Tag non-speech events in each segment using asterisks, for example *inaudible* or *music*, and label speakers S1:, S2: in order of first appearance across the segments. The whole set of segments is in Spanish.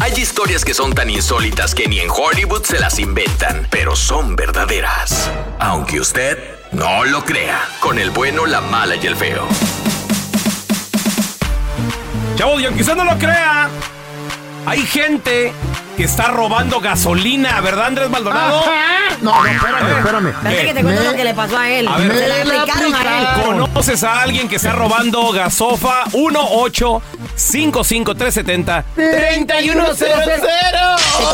S1: Hay historias que son tan insólitas que ni en Hollywood se las inventan, pero son verdaderas. Aunque usted no lo crea, con el bueno, la mala y el feo.
S2: Chavos, y aunque usted no lo crea, hay gente que está robando gasolina, ¿verdad, Andrés Maldonado?
S3: No, no, espérame, espérame.
S4: Pensé que te cuento lo que le pasó a él.
S2: A ver,
S4: se
S2: me
S4: la
S2: la
S4: aplicaron a él.
S2: ¿Conoces a alguien que está robando gasofa? 1855370-3100.
S4: Te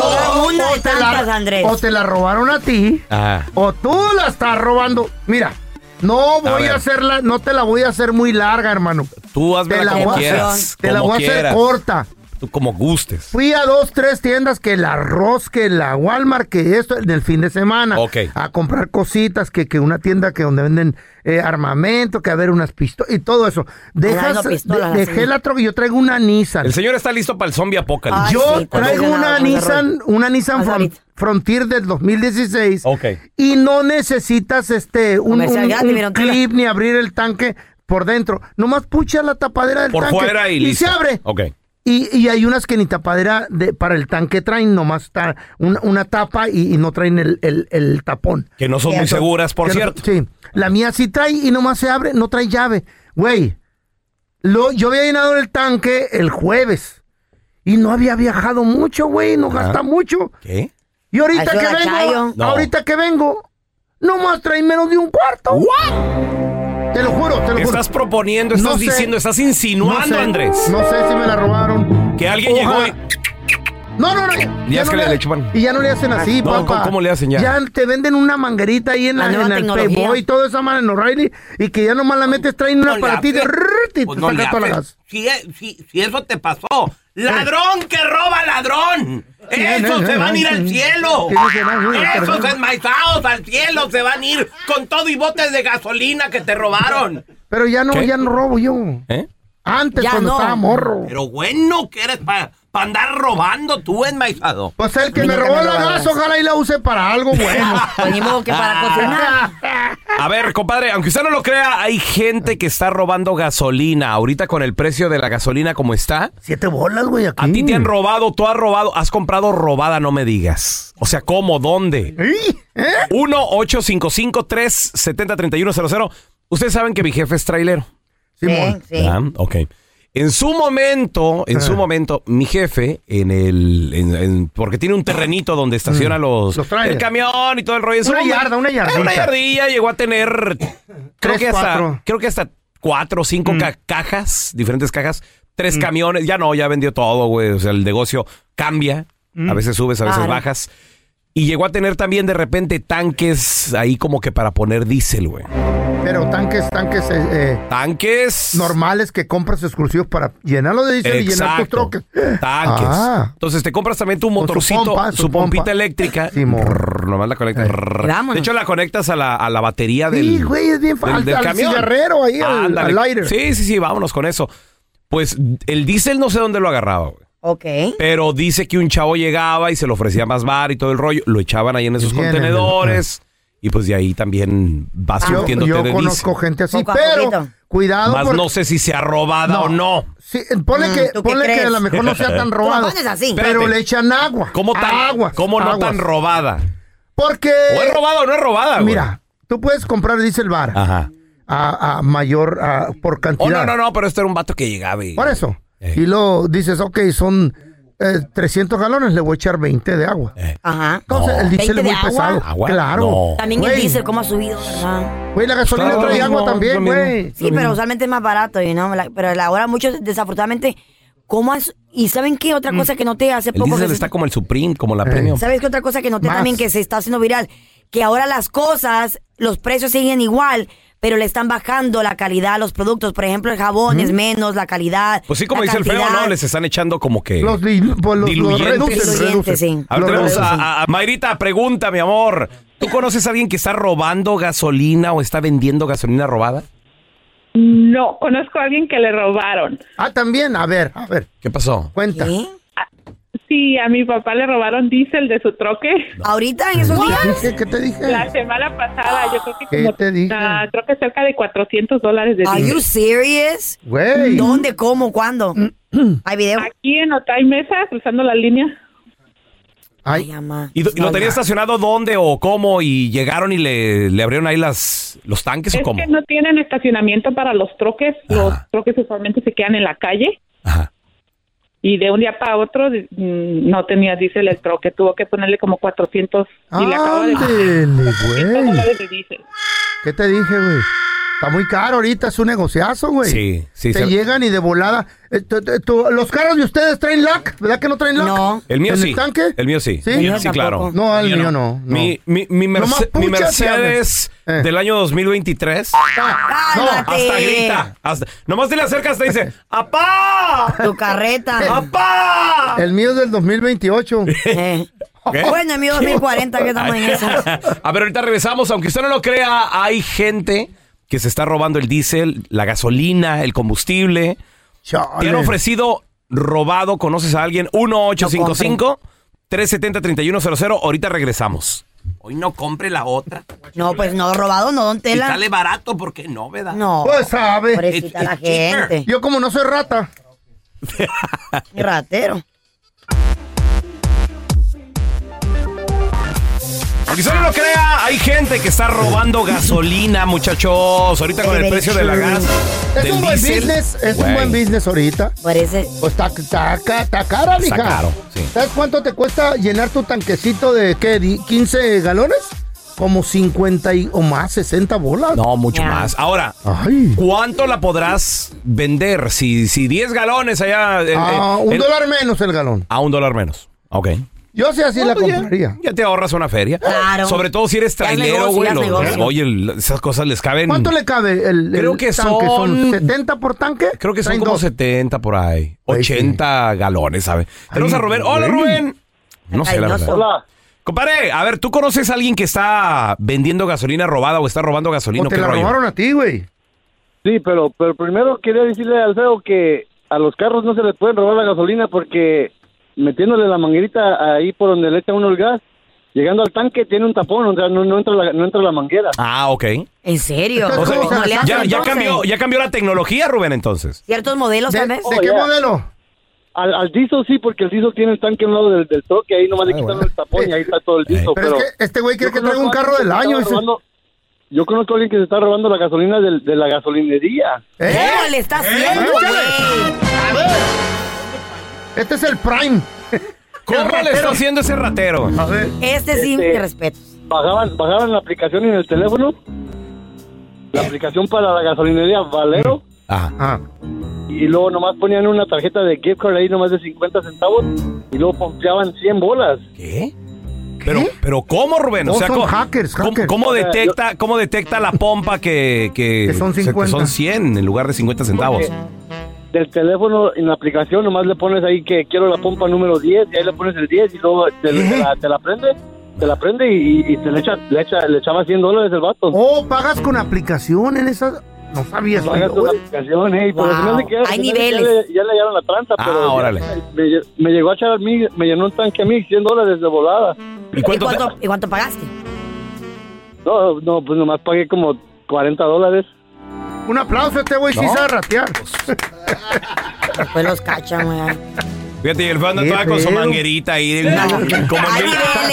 S4: cobró una de
S3: te
S4: tantas,
S3: la-
S4: Andrés.
S3: o te la robaron a ti,
S2: Ah.
S3: o tú la estás robando. Mira, no voy
S2: ver.
S3: a, hacerla, no te la voy a hacer muy larga, hermano.
S2: Tú hazme
S3: Te la,
S2: como
S3: voy a
S2: quieras.
S3: hacer, te la
S2: como
S3: voy a hacer
S2: quieras.
S3: corta.
S2: Tú como gustes.
S3: Fui a dos, tres tiendas que la Ross, que la Walmart, que esto, en el fin de semana.
S2: Ok.
S3: A comprar cositas, que, que una tienda que donde venden eh, armamento, que a ver unas pistolas y todo eso. Dejas,
S4: Hablando pistolas,
S3: de-
S4: la
S3: dejé
S4: señora.
S3: la troca, yo traigo una Nissan.
S2: El señor está listo para el zombie apocalipsis.
S4: Ay,
S3: Yo
S4: sí, cuando
S3: traigo
S4: llega
S3: una
S4: Olga
S3: Nissan, una Nissan
S4: Olga
S3: Fron-
S4: Ruiz.
S3: Frontier del 2016.
S2: Ok.
S3: Y no necesitas este un,
S4: Comercial
S3: un-
S4: gratis,
S3: un
S4: vieron que la-
S3: clip ni abrir el tanque por dentro. Nomás pucha la tapadera del
S2: Por
S3: tanque
S2: fuera y,
S3: se
S2: listo.
S3: abre.
S2: Ok.
S3: Y, y hay unas que ni tapadera de, para el tanque traen, nomás está una, una tapa y, y no traen el, el- el tapón.
S2: Que no son muy
S3: Entonces,
S2: seguras, por
S3: que no-
S2: cierto.
S3: sí, la mía sí trae y nomás se abre, no trae llave. Güey, lo, yo había llenado el tanque el jueves y no había viajado mucho, güey, no gasta mucho.
S2: Ah. ¿Qué?
S3: Y ahorita
S4: Ay,
S3: que
S4: yo la
S3: vengo,
S4: callo.
S2: No.
S3: ahorita que vengo, nomás trae menos de un cuarto. Te lo juro, te lo
S2: ¿Qué
S3: juro.
S2: estás proponiendo?
S3: No
S2: ¿Estás
S3: sé.
S2: diciendo? ¿Estás
S3: No
S2: insinuando,
S3: sé,
S2: Andrés?
S3: No sé si me la robaron.
S2: Que alguien llegó y-
S3: No, no, no.
S2: es que
S3: no
S2: le- le chupan.
S3: Y ya no le hacen así,
S2: No,
S3: papá.
S2: ¿cómo- cómo le hacen ya?
S3: Ya te venden una manguerita ahí en,
S4: La
S3: la,
S4: nueva
S3: en el
S4: tecnología.
S3: Playboy y todo eso, man, en O'Reilly. Y que ya nomás la metes, traen una
S5: No
S3: para
S5: le
S3: ti de
S5: haces.
S3: rrrt, y
S5: Pues
S3: te
S5: no le
S3: saca toda la
S5: haces.
S3: gas.
S5: Si, e, si- si eso te pasó, ladrón que roba ladrón.
S3: Bien,
S5: Esos
S3: eh,
S5: se
S3: eh,
S5: van a ir
S3: eh,
S5: al cielo.
S3: tienes que dar, güey,
S5: Esos
S3: perdón.
S5: enmaizados al cielo se van a ir con todo y botes de gasolina que te robaron.
S3: Pero ya no,
S2: ¿Qué?
S3: ya no robo yo.
S2: ¿Eh?
S3: Antes,
S4: Ya
S3: cuando
S4: no.
S3: estaba morro.
S5: Pero bueno que eres para andar robando tú, enmaizado.
S3: Pues el que
S4: Niño
S3: me
S4: que
S3: robó
S4: me
S3: la
S4: robaras.
S3: gas, ojalá y la use para
S4: *laughs*
S3: algo bueno.
S4: Pues ni modo que para cocinar.
S2: A ver, compadre, aunque usted no lo crea, hay gente que está robando gasolina. Ahorita con el precio de la gasolina como está,
S3: Siete bolas, güey, aquí.
S2: a ti te han robado, tú has robado, has comprado robada, no me digas. O sea, ¿cómo? ¿Dónde?
S3: ¿Sí? ¿Eh?
S2: 1-855-370-3100. Ustedes saben que mi jefe es trailero.
S3: Simón.
S4: Sí, sí.
S2: Ah, ok. En su momento, en su
S3: Ah.
S2: momento, mi jefe, en el. en- en- porque tiene un terrenito donde estaciona los.
S3: Mm. Los trailers.
S2: el camión y todo el rollo. En su
S3: Una
S2: momento-
S3: yarda, una
S2: Eh, Una
S3: yardita.
S2: yardilla llegó a tener. creo,
S3: Tres,
S2: que
S3: cuatro. Mm.
S2: hasta, creo que hasta cuatro o cinco ca- cajas, diferentes cajas, tres
S3: Mm.
S2: camiones. Ya no, ya vendió todo, güey. O sea, el negocio cambia. A veces subes, a veces
S4: Claro.
S2: bajas. Y llegó a tener también de repente tanques ahí como que para poner diésel, güey.
S3: *laughs* Pero tanques, tanques eh, eh,
S2: Tanques.
S3: normales que compras exclusivos para llenarlo de diésel y llenar tus
S2: Exacto.
S3: troques.
S2: Tanques.
S3: Ah.
S2: Entonces te compras también tu
S3: su
S2: motorcito, su,
S3: pompa, su
S2: pompita
S3: pompa.
S2: eléctrica.
S3: Simón.
S2: Rrr, Nomás la conectas. Rrr.
S4: Vámonos.
S2: De hecho, la conectas a la, a la batería del.
S3: Sí, güey, es bien fa- al- al cigarrero ahí, al-
S2: Ándale.
S3: al lighter.
S2: Sí, sí, sí, vámonos con eso. Pues el diésel no sé dónde lo agarraba, güey.
S4: Ok.
S2: Pero dice que un chavo llegaba y se le ofrecía más bar y todo el rollo. Lo echaban ahí en esos
S3: Bien,
S2: contenedores. Y pues de ahí también vas
S3: eh. Ah, Yo,
S2: surtiéndote
S3: yo
S2: de
S3: conozco
S2: diésel.
S3: gente así,
S4: Poco a
S3: pero
S4: poquito.
S3: cuidado
S2: Más
S3: porque-
S2: no sé si sea robada o no.
S3: Sí, eh, ponle
S4: Mm,
S3: que,
S4: ¿tú qué
S3: ponle que
S4: crees?
S3: a lo mejor
S2: *laughs*
S3: no sea
S4: *laughs*
S3: tan
S4: Tú
S3: robado.
S4: lo pones así.
S3: Pero
S2: Espérate.
S3: le echan agua.
S2: ¿Cómo, tan,
S3: Aguas,
S2: ¿cómo no tan
S3: aguas.
S2: robada?
S3: Porque,
S2: ¿O es robada o no es robada, güey?
S3: mira, tú puedes comprar diésel bar
S2: Ajá.
S3: a, a mayor, a- por cantidad.
S2: Oh, no, no, no, pero esto era un vato que llegaba y...
S3: Por eso.
S2: Eh.
S3: Y luego dices, ok, son eh, 300 galones, le voy a echar 20 de agua.
S4: Ajá.
S3: Entonces, el diésel es
S4: ¿Veinte
S3: muy
S4: de agua?
S3: pesado.
S2: Eh. ¿Agua?
S3: Claro.
S2: No.
S4: También el
S3: Güey.
S4: diésel, ¿cómo ha subido, verdad?
S3: Güey, la gasolina
S2: Claro,
S3: trae
S2: lo
S3: agua
S2: mismo, lo
S3: también,
S2: mismo.
S3: güey.
S4: Sí, pero usualmente es más barato, y ¿no? La- Pero ahora muchos, desafortunadamente, ¿cómo has- ¿Y saben qué? Otra cosa que noté hace
S2: Mm. El
S4: poco... que
S2: diésel
S4: se-
S2: está como el Supreme, como
S3: Eh.
S2: la Premium.
S4: ¿Sabes qué otra cosa que noté
S3: Más.
S4: también que se está haciendo viral? Que ahora las cosas, los precios siguen igual, pero le están bajando la calidad a los productos. Por ejemplo, el jabón es menos, la calidad.
S2: Pues sí, como
S4: la
S2: dice el feo,
S4: cantidad.
S2: ¿no? Les están echando como que...
S3: Los, di- pues, los- los
S2: Diluyentes.
S3: reducen, reducen.
S4: Diluyentes, sí.
S2: A ver,
S3: Los
S2: tenemos
S3: reducen.
S2: a, a- a Mayrita, pregunta, mi amor. ¿Tú conoces a alguien que está robando gasolina o está vendiendo gasolina robada?
S6: No, conozco a alguien que le robaron.
S3: Ah, también, a ver, a ver,
S2: ¿Qué pasó?
S3: cuenta.
S4: ¿Qué?
S6: Ah, Sí, a mi papá le robaron diésel de su troque.
S4: ¿Ahorita, en esos días?
S3: ¿Qué, qué te dije?
S6: La semana pasada, yo creo
S3: ¿Qué
S6: que como,
S3: te dije?
S6: ah, creo que cerca de 400 dólares de
S4: ¿Are
S6: diésel.
S4: you serious?
S3: Güey. Mm.
S4: ¿Dónde, cómo, cuándo? ¿Hay video?
S6: Aquí en Otay Mesa, cruzando la línea.
S4: Ay,
S3: Ay,
S4: ama.
S2: ¿Y, do- y lo tenía estacionado dónde o cómo? ¿Y llegaron y le, le abrieron ahí las, los tanques o
S6: Es
S2: cómo?
S6: que no tienen estacionamiento para los troques. Los
S2: Ajá.
S6: troques usualmente se quedan en la calle.
S2: Ajá.
S6: Y de un día para otro mm, no tenía diésel el troque. Tuvo que ponerle como 400 y
S3: Ah,
S6: le acabo de *laughs*
S3: ándele, güey.
S6: dólares de diésel.
S3: ¿Qué te dije, güey? Está muy caro ahorita, es un negociazo, güey.
S2: Sí, sí,
S3: Te
S2: se-
S3: llegan y de volada. Eh, tú- tú- tú- los carros de ustedes traen lac, ¿verdad que no traen lac?
S4: No.
S2: El mío
S3: ¿En
S2: sí.
S3: El tanque?
S2: El mío sí.
S3: Sí.
S2: El mío
S4: Yo
S2: sí,
S4: tampoco.
S2: claro.
S3: No, el
S2: Yo
S3: mío no, no.
S2: Mi, mi, mi, Merce-
S3: Nomás
S2: mi
S3: pucha,
S2: Mercedes
S3: te hablas. Eh. Ah.
S2: del año 2023.
S4: ¡Cálmate!
S2: Hasta grita. Hasta, nomás te le acercas y dice, ¡Apá!
S4: Tu carreta.
S2: ¡Apá!
S3: *laughs* El mío es
S2: *laughs*
S3: del 2028.
S4: Eh.
S2: ¿Qué?
S4: Bueno,
S2: *laughs*
S4: en mi 2040 que estamos en esas.
S2: A ver, ahorita regresamos. Aunque usted no lo crea, hay gente que se está robando el diésel, la gasolina, el combustible. Te han
S3: Chale.
S2: ofrecido robado. ¿Conoces a alguien? 1-855-370-3100. Ahorita regresamos. Hoy no compre la otra.
S4: No, pues no, robado no, don Tela.
S2: barato, ¿por qué no, verdad?
S4: No,
S3: Pues sabe.
S4: pobrecita
S2: It-
S4: la
S2: it's cheaper.
S4: gente.
S3: Yo como no soy rata.
S4: Ratero.
S2: Aunque usted no lo crea, hay gente que está robando gasolina, muchachos. Ahorita con el
S4: Very
S2: precio de la
S4: true.
S2: gas.
S3: Es
S2: del
S3: un buen
S2: diésel.
S3: business, es
S2: Güey.
S3: un buen business ahorita.
S4: Por ese.
S3: Pues está, está, ca- está cara, mija.
S2: caro, sí.
S3: ¿Sabes cuánto te cuesta llenar tu tanquecito de qué? di- ¿15 galones? Como 50 y- o más, 60 bolas.
S2: No, mucho
S4: Ya.
S2: más. Ahora,
S3: Ay.
S2: ¿Cuánto la podrás vender? Si, si 10 galones allá. en-
S3: Ah,
S2: en-
S3: un
S2: en-
S3: dólar menos el galón.
S2: A un dólar menos. Ok.
S3: Yo sé así la
S2: Pues ya-
S3: compraría.
S2: Ya, te ahorras una feria.
S4: Claro.
S2: Sobre todo si eres
S4: Ya es
S2: trailero,
S4: negocio,
S2: güey.
S4: ya es
S2: los-
S4: negocio.
S2: Oye, el- esas cosas les caben.
S3: ¿Cuánto le cabe el, el
S2: Creo que
S3: tanque?
S2: son-
S3: 70 por tanque?
S2: Creo que son
S3: Traen
S2: como
S3: dos.
S2: 70 por ahí. 80 galones, ¿sabes? Tenemos a Rubén. ¡Hola,
S3: güey.
S2: Rubén! No sé, la
S4: Cariñoso.
S2: verdad. Compadre, a ver, ¿tú conoces a alguien que está vendiendo gasolina robada o está robando gasolina?
S3: O te
S2: ¿Qué
S3: la
S2: rollo?
S3: robaron a ti, güey.
S7: Sí, pero, pero primero quería decirle al feo que a los carros no se les pueden robar la gasolina porque metiéndole la manguerita ahí por donde le echa uno el gas, llegando al tanque tiene un tapón, o sea, no, no, entra, la, no entra la manguera.
S2: Ah, ok.
S4: ¿En serio?
S3: Entonces,
S2: O sea,
S3: ¿Cómo se
S4: ¿Cómo le
S3: la
S4: hacen
S2: ya, ya
S4: entonces?
S2: cambió, ya cambió la tecnología, Rubén, entonces.
S4: Ciertos modelos,
S3: ¿De,
S4: tal vez.
S3: de qué
S7: Oh, ya.
S3: modelo?
S7: Al, al diésel sí, porque el diésel tiene el tanque a un lado del, del troque, ahí nomás le quitan el tapón y ahí está todo el diésel.
S3: Ah, Pero,
S7: Pero,
S3: es que este güey cree
S7: yo
S3: que
S7: conozco
S3: trae un
S7: a alguien
S3: carro
S7: que
S3: del
S7: se
S3: año.
S7: estaba
S3: ese.
S7: robando- yo conozco a alguien que se está robando la gasolina del- de la gasolinería.
S3: ¿Eh?
S4: ¿Cómo le está haciendo,
S3: Échale.
S4: güey?
S3: Este es el Prime.
S2: *laughs* ¿Cómo le está haciendo ese ratero?
S3: A ver.
S4: Este sí,
S7: Este-
S4: mi respeto.
S7: bajaban, bajaban la aplicación en el teléfono,
S3: Eh.
S7: la aplicación para la gasolinería Valero,
S2: Ajá.
S3: Ah,
S7: y luego nomás ponían una tarjeta de gift card ahí nomás de 50 centavos, y luego pompeaban 100 bolas.
S2: ¿Qué? Pero, pero ¿cómo, Rubén?
S3: No, son
S2: ¿cómo,
S3: hackers,
S2: cómo-
S3: hackers.
S2: cómo
S3: O sea,
S2: detecta, cómo detecta la pompa que, que,
S3: Que son
S2: o sea,
S3: 50.
S2: son 100 en lugar de 50 centavos?
S7: Del teléfono, en la aplicación, nomás le pones ahí que quiero la pompa número 10, y ahí le pones el 10 y luego te, te la, te la prende, te la prende y, y- y te le, echa, le, echa- le echaba 100 dólares el vato.
S3: Oh, pagas con aplicación en esas. No sabías.
S7: Pagas con la aplicación, hey, por eso no sé qué,
S3: Wow,
S7: por eso no sé
S3: hay
S7: qué, Ya
S3: niveles.
S7: le, ya le hallaron la planta,
S2: Ah,
S7: pero
S2: órale.
S7: Me, lle- me llegó a echar a mí, me llenó un tanque a mí, 100 dólares de volada.
S2: ¿Y
S4: cuánto, ¿Y cuánto pagaste?
S7: No, no, pues nomás pagué como 40 dólares.
S3: Un aplauso a este güey, sí
S7: No.
S3: sabe ratear.
S4: Después los cachan, güey.
S2: Fíjate, y el banda estaba con su
S3: feo.
S2: manguerita ahí. del- como en, mil-
S4: niveles,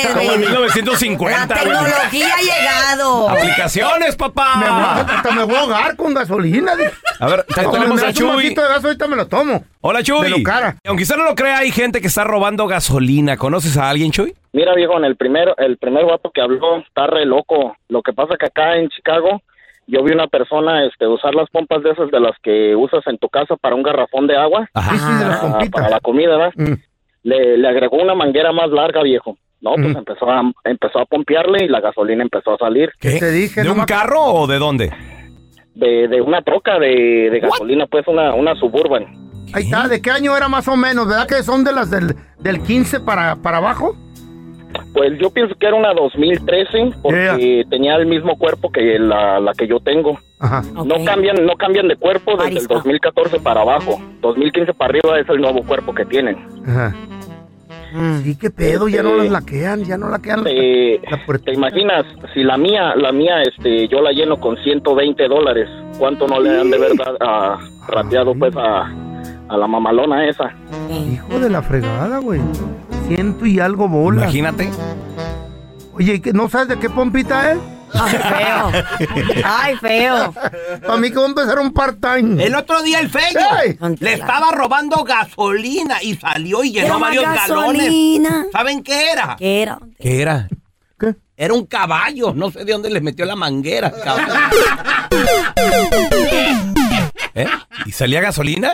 S2: como en
S4: baby.
S2: 1950.
S4: La
S2: güey.
S4: tecnología ha llegado.
S2: Aplicaciones, papá.
S3: Me voy a- hasta me voy a ahogar con gasolina.
S2: A ver, te-
S3: Cuando
S2: tenemos
S3: me
S2: a
S3: das un
S2: Chuy.
S3: vasito de gas, ahorita me lo tomo.
S2: Hola,
S3: De lo
S2: Chuy.
S3: cara.
S2: Aunque usted no lo crea, hay gente que está robando gasolina. ¿Conoces a alguien, Chuy?
S8: Mira, viejo, en el primer, el primer guapo que habló está re loco. Lo que pasa que acá en Chicago yo vi una persona este, usar las pompas de esas de las que usas en tu casa para un garrafón de agua.
S2: Ah,
S8: para, para la comida, ¿verdad?
S2: Mm.
S8: Le, le agregó una manguera más larga, viejo. No, pues
S2: Mm.
S8: empezó a, empezó a pompearle y la gasolina empezó a salir.
S2: ¿Qué? ¿De un carro o de dónde?
S8: De, de una troca de, de gasolina, pues una, una suburban.
S3: Ahí está, ¿de qué año era más o menos? ¿Verdad que son de las del, del 15 para, para abajo?
S8: Pues yo pienso que era una 2013 porque tenía el mismo cuerpo que la, la que yo tengo.
S3: Ajá.
S8: No cambian, no cambian de cuerpo desde el 2014 para abajo. 2015 para arriba es el nuevo cuerpo que tienen.
S3: Ajá. Sí, qué pedo, ya no
S8: Este-
S3: las laquean, ya no laquean.
S8: Te, Eh, te imaginas, si la mía, la mía, este, yo la lleno con 120 dólares, ¿cuánto no le han de verdad a, rateado pues a, a la mamalona esa?
S3: Hijo de la fregada, güey. Ciento y algo bolas.
S2: Imagínate.
S3: Oye, ¿y qué- ¿no sabes de qué pompita es?
S4: Ay, feo.
S3: Para mí que va a empezar un part-time.
S5: El otro día el feyo le estaba robando gasolina y salió y
S4: Quiero
S5: llenó
S4: más
S5: varios
S4: gasolina.
S5: galones. ¿Saben qué era?
S4: ¿Qué era?
S2: ¿Qué era?
S5: Era un caballo. No sé de dónde les metió la manguera. cabrón.
S2: ¿Eh? ¿Y salía gasolina?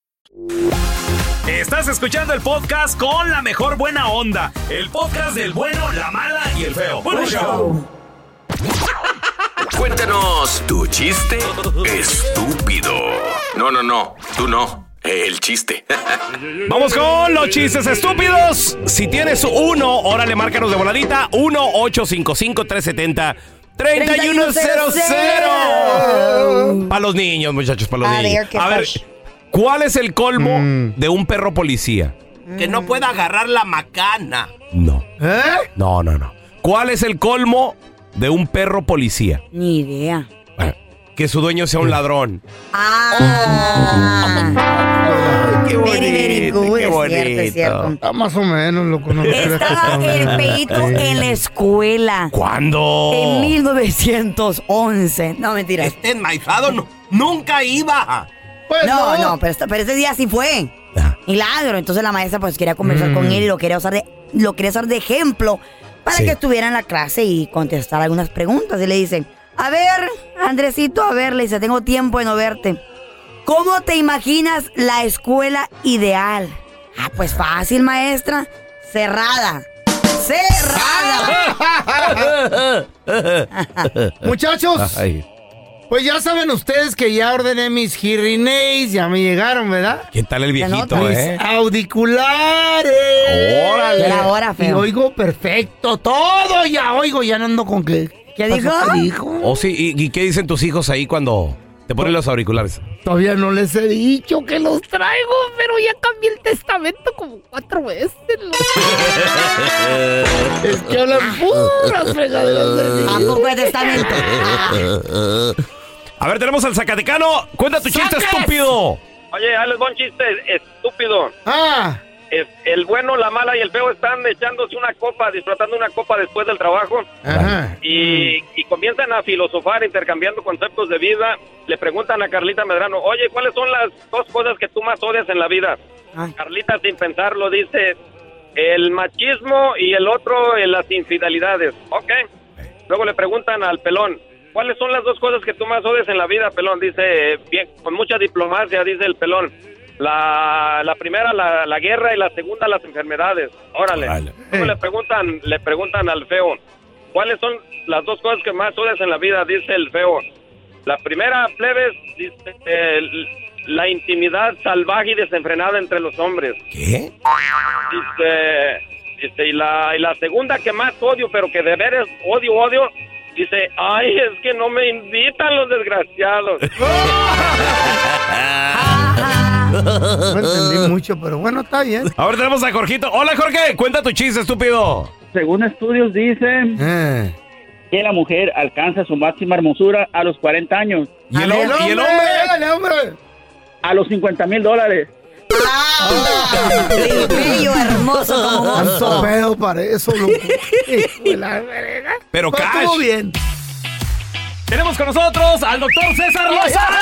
S2: Estás escuchando el podcast con la mejor buena onda. El podcast del bueno, la mala y el feo. Bueno, show.
S1: Cuéntanos tu chiste estúpido. No, no, no, tú no. El chiste.
S2: Vamos con los chistes estúpidos. Si tienes uno, órale, márcanos de voladita. 1-855-370-3100. Para los niños, muchachos, para los
S5: A ver,
S2: niños.
S5: ¿qué
S2: A ver,
S5: pasa?
S2: ¿cuál es el colmo
S3: Mm.
S2: de un perro policía?
S5: que no pueda agarrar la macana.
S2: No.
S3: ¿Eh?
S2: No, no, no. ¿Cuál es el colmo de un perro policía?
S4: Ni idea.
S2: Que su dueño sea un
S3: Mm.
S2: ladrón.
S3: Qué
S4: bonito, qué es cierto, es cierto. bonito.
S3: Ah, más o menos, loco. No
S4: Estaba el peito
S3: Eh.
S4: en la escuela.
S2: ¿Cuándo?
S4: En 1911. No, mentira.
S5: Este enmaizado no- nunca iba.
S3: Pues
S4: no, no, pero, esta- pero ese día sí fue. Milagro. Entonces la maestra pues quería conversar
S5: Mm.
S4: con él y lo quería usar de, lo quería usar de ejemplo para
S5: Sí.
S4: que estuviera en la clase y contestar algunas preguntas. Y le dice, a ver, Andresito, a ver, le dice, tengo tiempo de no verte. ¿Cómo te imaginas la escuela ideal? Ah, pues fácil, maestra. Cerrada.
S5: *laughs*
S4: Ah, cerrada.
S3: *laughs* Muchachos.
S2: Ay,
S3: Pues ya saben ustedes que ya ordené mis girineis, ya me llegaron, ¿verdad?
S2: ¿Qué tal el viejito,
S3: Mis
S2: eh?
S3: auriculares.
S2: Órale. Era hora,
S3: Y
S2: feo.
S3: oigo perfecto, todo ya oigo, ya no ando con que... ¿Qué
S4: dijo?
S2: Oh, sí, ¿y, y qué dicen tus hijos ahí cuando te ponen los auriculares?
S3: Todavía no les he dicho que los
S5: traigo, pero ya cambié el testamento como cuatro veces.
S3: Es que hablan puras fregaderas de
S4: ¿A poco es testamento?
S2: *laughs* A ver, tenemos al Zacatecano. Cuenta tu chiste estúpido.
S9: Oye, ahí les va un chiste estúpido.
S3: Ah.
S9: Es- el bueno, la mala y el feo están echándose una copa, disfrutando una copa después del trabajo. Y, y comienzan a filosofar, intercambiando conceptos de vida. Le preguntan a Carlita Medrano, oye, ¿cuáles son las dos cosas que tú más odias en la vida? Carlita, sin pensarlo, dice, el machismo y el otro, eh, las infidelidades. Ok. Luego le preguntan al pelón, ¿cuáles son las dos cosas que tú más odias en la vida, pelón? Dice, eh, bien, con mucha diplomacia, dice el pelón. La, la primera, la, la guerra, y la segunda, las enfermedades. Órale. Luego le preguntan, le preguntan al feo, ¿cuáles son las dos cosas que más odias en la vida? Dice el feo. La primera, plebes, dice, eh, l- la intimidad salvaje y desenfrenada entre los hombres.
S2: ¿Qué?
S9: Dice, dice, y la, y la segunda que más odio, pero que de veras odio, odio, dice, ay, es que no me invitan los desgraciados.
S3: No entendí mucho, pero bueno, está bien.
S2: *laughs* Ahora tenemos a Jorgito. Hola, Jorge. Cuenta tu chiste estúpido.
S10: Según estudios dicen
S2: Ah,
S10: que la mujer alcanza su máxima hermosura a los 40 años.
S3: ¿Y el, hombre? ¿Y el hombre? ¡Dale, hombre!
S10: A los 50 mil dólares.
S4: bello, hermoso como vos.
S3: Ah. Tanto pedo para eso, loco. Hijo de la verga.
S2: Pero
S3: Pero
S2: Cash.
S3: estuvo bien.
S2: Tenemos con nosotros al doctor César Lozano.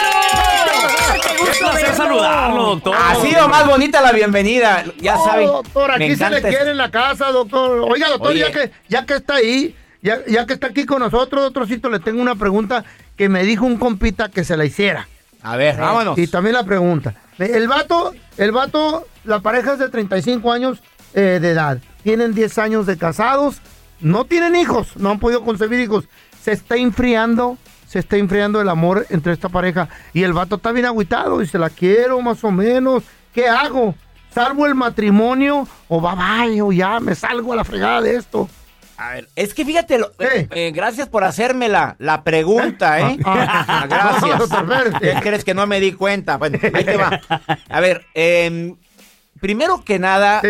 S2: Qué placer saludarlo, doctor.
S11: Ha sido más bonita la bienvenida. Ya
S3: No,
S11: saben.
S3: Doctor,
S11: me
S3: aquí se le
S11: encanta
S3: quiere en la casa, doctor. Oiga, doctor,
S11: Oye.
S3: ya que, ya que está ahí, ya, ya que está aquí con nosotros, doctorcito, le tengo una pregunta que me dijo un compita que se la hiciera.
S11: A ver, vámonos.
S3: Y también la pregunta. El vato, el vato, la pareja es de 35 años eh, de edad. Tienen 10 años de casados. No tienen hijos. No han podido concebir hijos. Se está enfriando. Se está enfriando el amor entre esta pareja. Y el vato está bien agüitado. Dice, la quiero más o menos. ¿Qué hago? ¿Salvo el matrimonio? O bye bye, o ya me salgo a la fregada de esto.
S11: A ver, es que fíjate, lo- eh, eh, gracias por hacérmela la pregunta, ¿eh? *laughs* gracias. ¿Qué crees que no me di cuenta? Bueno, ahí te va. A ver, eh, primero que nada,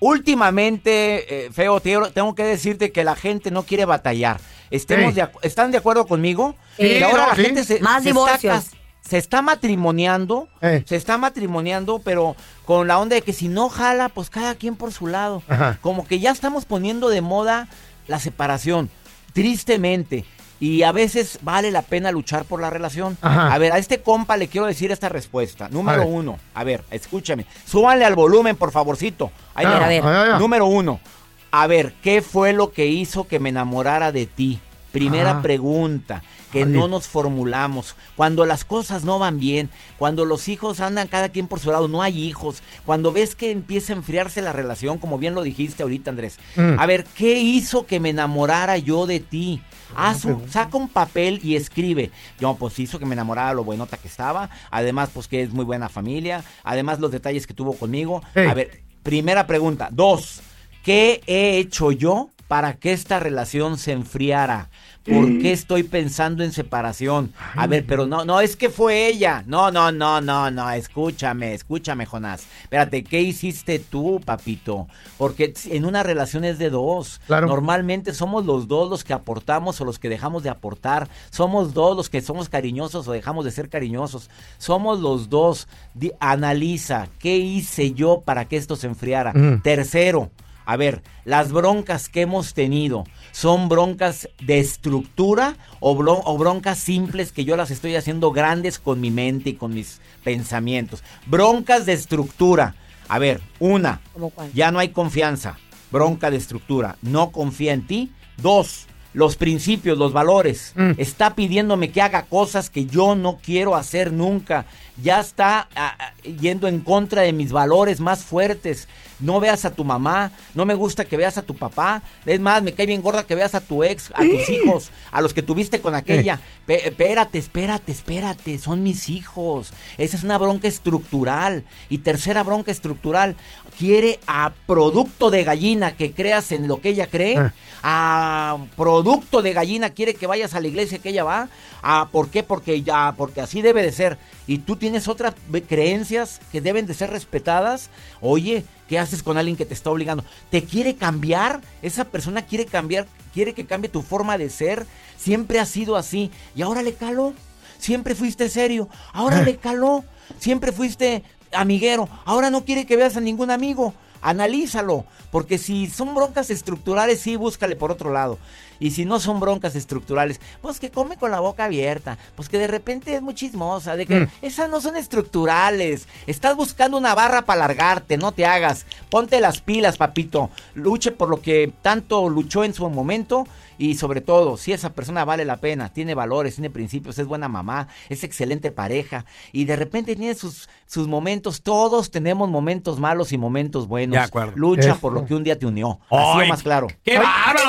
S11: últimamente, eh, Feo, te- tengo que decirte que la gente no quiere batallar. Estemos
S3: Sí.
S11: de acu- ¿Están de acuerdo conmigo?
S4: Sí,
S11: Que ahora
S4: no,
S11: la
S4: sí.
S11: gente se,
S4: Más
S11: se
S4: divorcios.
S11: está cas- se está matrimoniando, se está matrimoniando, pero con la onda de que si no jala, pues cada quien por su lado.
S3: Ajá.
S11: Como que ya estamos poniendo de moda la separación, tristemente. Y a veces vale la pena luchar por la relación.
S3: Ajá.
S11: A ver, a este compa le quiero decir esta respuesta. Número
S3: ver.
S11: uno. A ver, escúchame. Súbanle al volumen, por favorcito. Ahí
S3: Ah,
S11: va.
S3: a ver. Ahí va.
S11: Número uno. A ver, ¿qué fue lo que hizo que me enamorara de ti? Primera
S3: Ah.
S11: pregunta que
S3: Vale.
S11: no nos formulamos. Cuando las cosas no van bien, cuando los hijos andan cada quien por su lado, no hay hijos. Cuando ves que empieza a enfriarse la relación, como bien lo dijiste ahorita, Andrés.
S3: Mm.
S11: A ver, ¿qué hizo que me enamorara yo de ti?
S3: Ah,
S11: Haz un- saca un papel y escribe. Yo, pues hizo que me enamorara lo buenota que estaba. Además, pues que es muy buena familia. Además, los detalles que tuvo conmigo.
S3: Ey.
S11: A ver, primera pregunta. Dos, ¿qué he hecho yo para que esta relación se enfriara? ¿Por qué estoy pensando en separación? A ver, pero no, no, es que fue ella. No, no, no, no, no, escúchame, escúchame, Jonás. Espérate, ¿qué hiciste tú, papito? Porque en una relación es de dos. Normalmente somos los dos los que aportamos o los que dejamos de aportar. Somos dos los que somos cariñosos o dejamos de ser cariñosos. Somos los dos. Di- analiza, ¿qué hice yo para que esto se enfriara?
S3: Mm.
S11: Tercero, a ver, las broncas que hemos tenido, ¿son broncas de estructura o, bro- o broncas simples que yo las estoy haciendo grandes con mi mente y con mis pensamientos? Broncas de estructura. A ver, una, ya no hay confianza, bronca de estructura, no confía en ti. Dos, los principios, los valores. Está pidiéndome que haga cosas que yo no quiero hacer nunca. Ya está ah, ah, yendo en contra de mis valores más fuertes. no veas a tu mamá, no me gusta que veas a tu papá, es más, me cae bien gorda que veas a tu ex, a tus hijos, a los que tuviste con aquella. Pe- espérate, espérate, espérate, son mis hijos. Esa es una bronca estructural. Y tercera bronca estructural, quiere a producto de gallina que creas en lo que ella cree,
S3: Ah.
S11: a producto de gallina quiere que vayas a la iglesia que ella va, a por qué, porque ya, porque así debe de ser. Y tú tienes otras ve- creencias que deben de ser respetadas. Oye, ¿qué haces con alguien que te está obligando? ¿Te quiere cambiar? Esa persona quiere cambiar, quiere que cambie tu forma de ser. Siempre ha sido así. Y ahora le caló. Siempre fuiste serio. Ahora le caló. Siempre fuiste amiguero. Ahora no quiere que veas a ningún amigo. Analízalo. Porque si son broncas estructurales, sí, búscale por otro lado. Y si no son broncas estructurales, pues que come con la boca abierta. Pues que de repente es muy chismosa. De que
S3: Mm.
S11: esas no son estructurales. Estás buscando una barra para largarte. No te hagas. Ponte las pilas, papito. Luche por lo que tanto luchó en su momento. Y sobre todo, si esa persona vale la pena, tiene valores, tiene principios, es buena mamá, es excelente pareja y de repente tiene sus, sus momentos, todos tenemos momentos malos y momentos buenos.
S2: De acuerdo.
S11: Lucha
S2: Eso.
S11: por lo que un día te unió. Así lo
S2: Ay,
S11: más claro.
S2: ¡Qué bárbaro!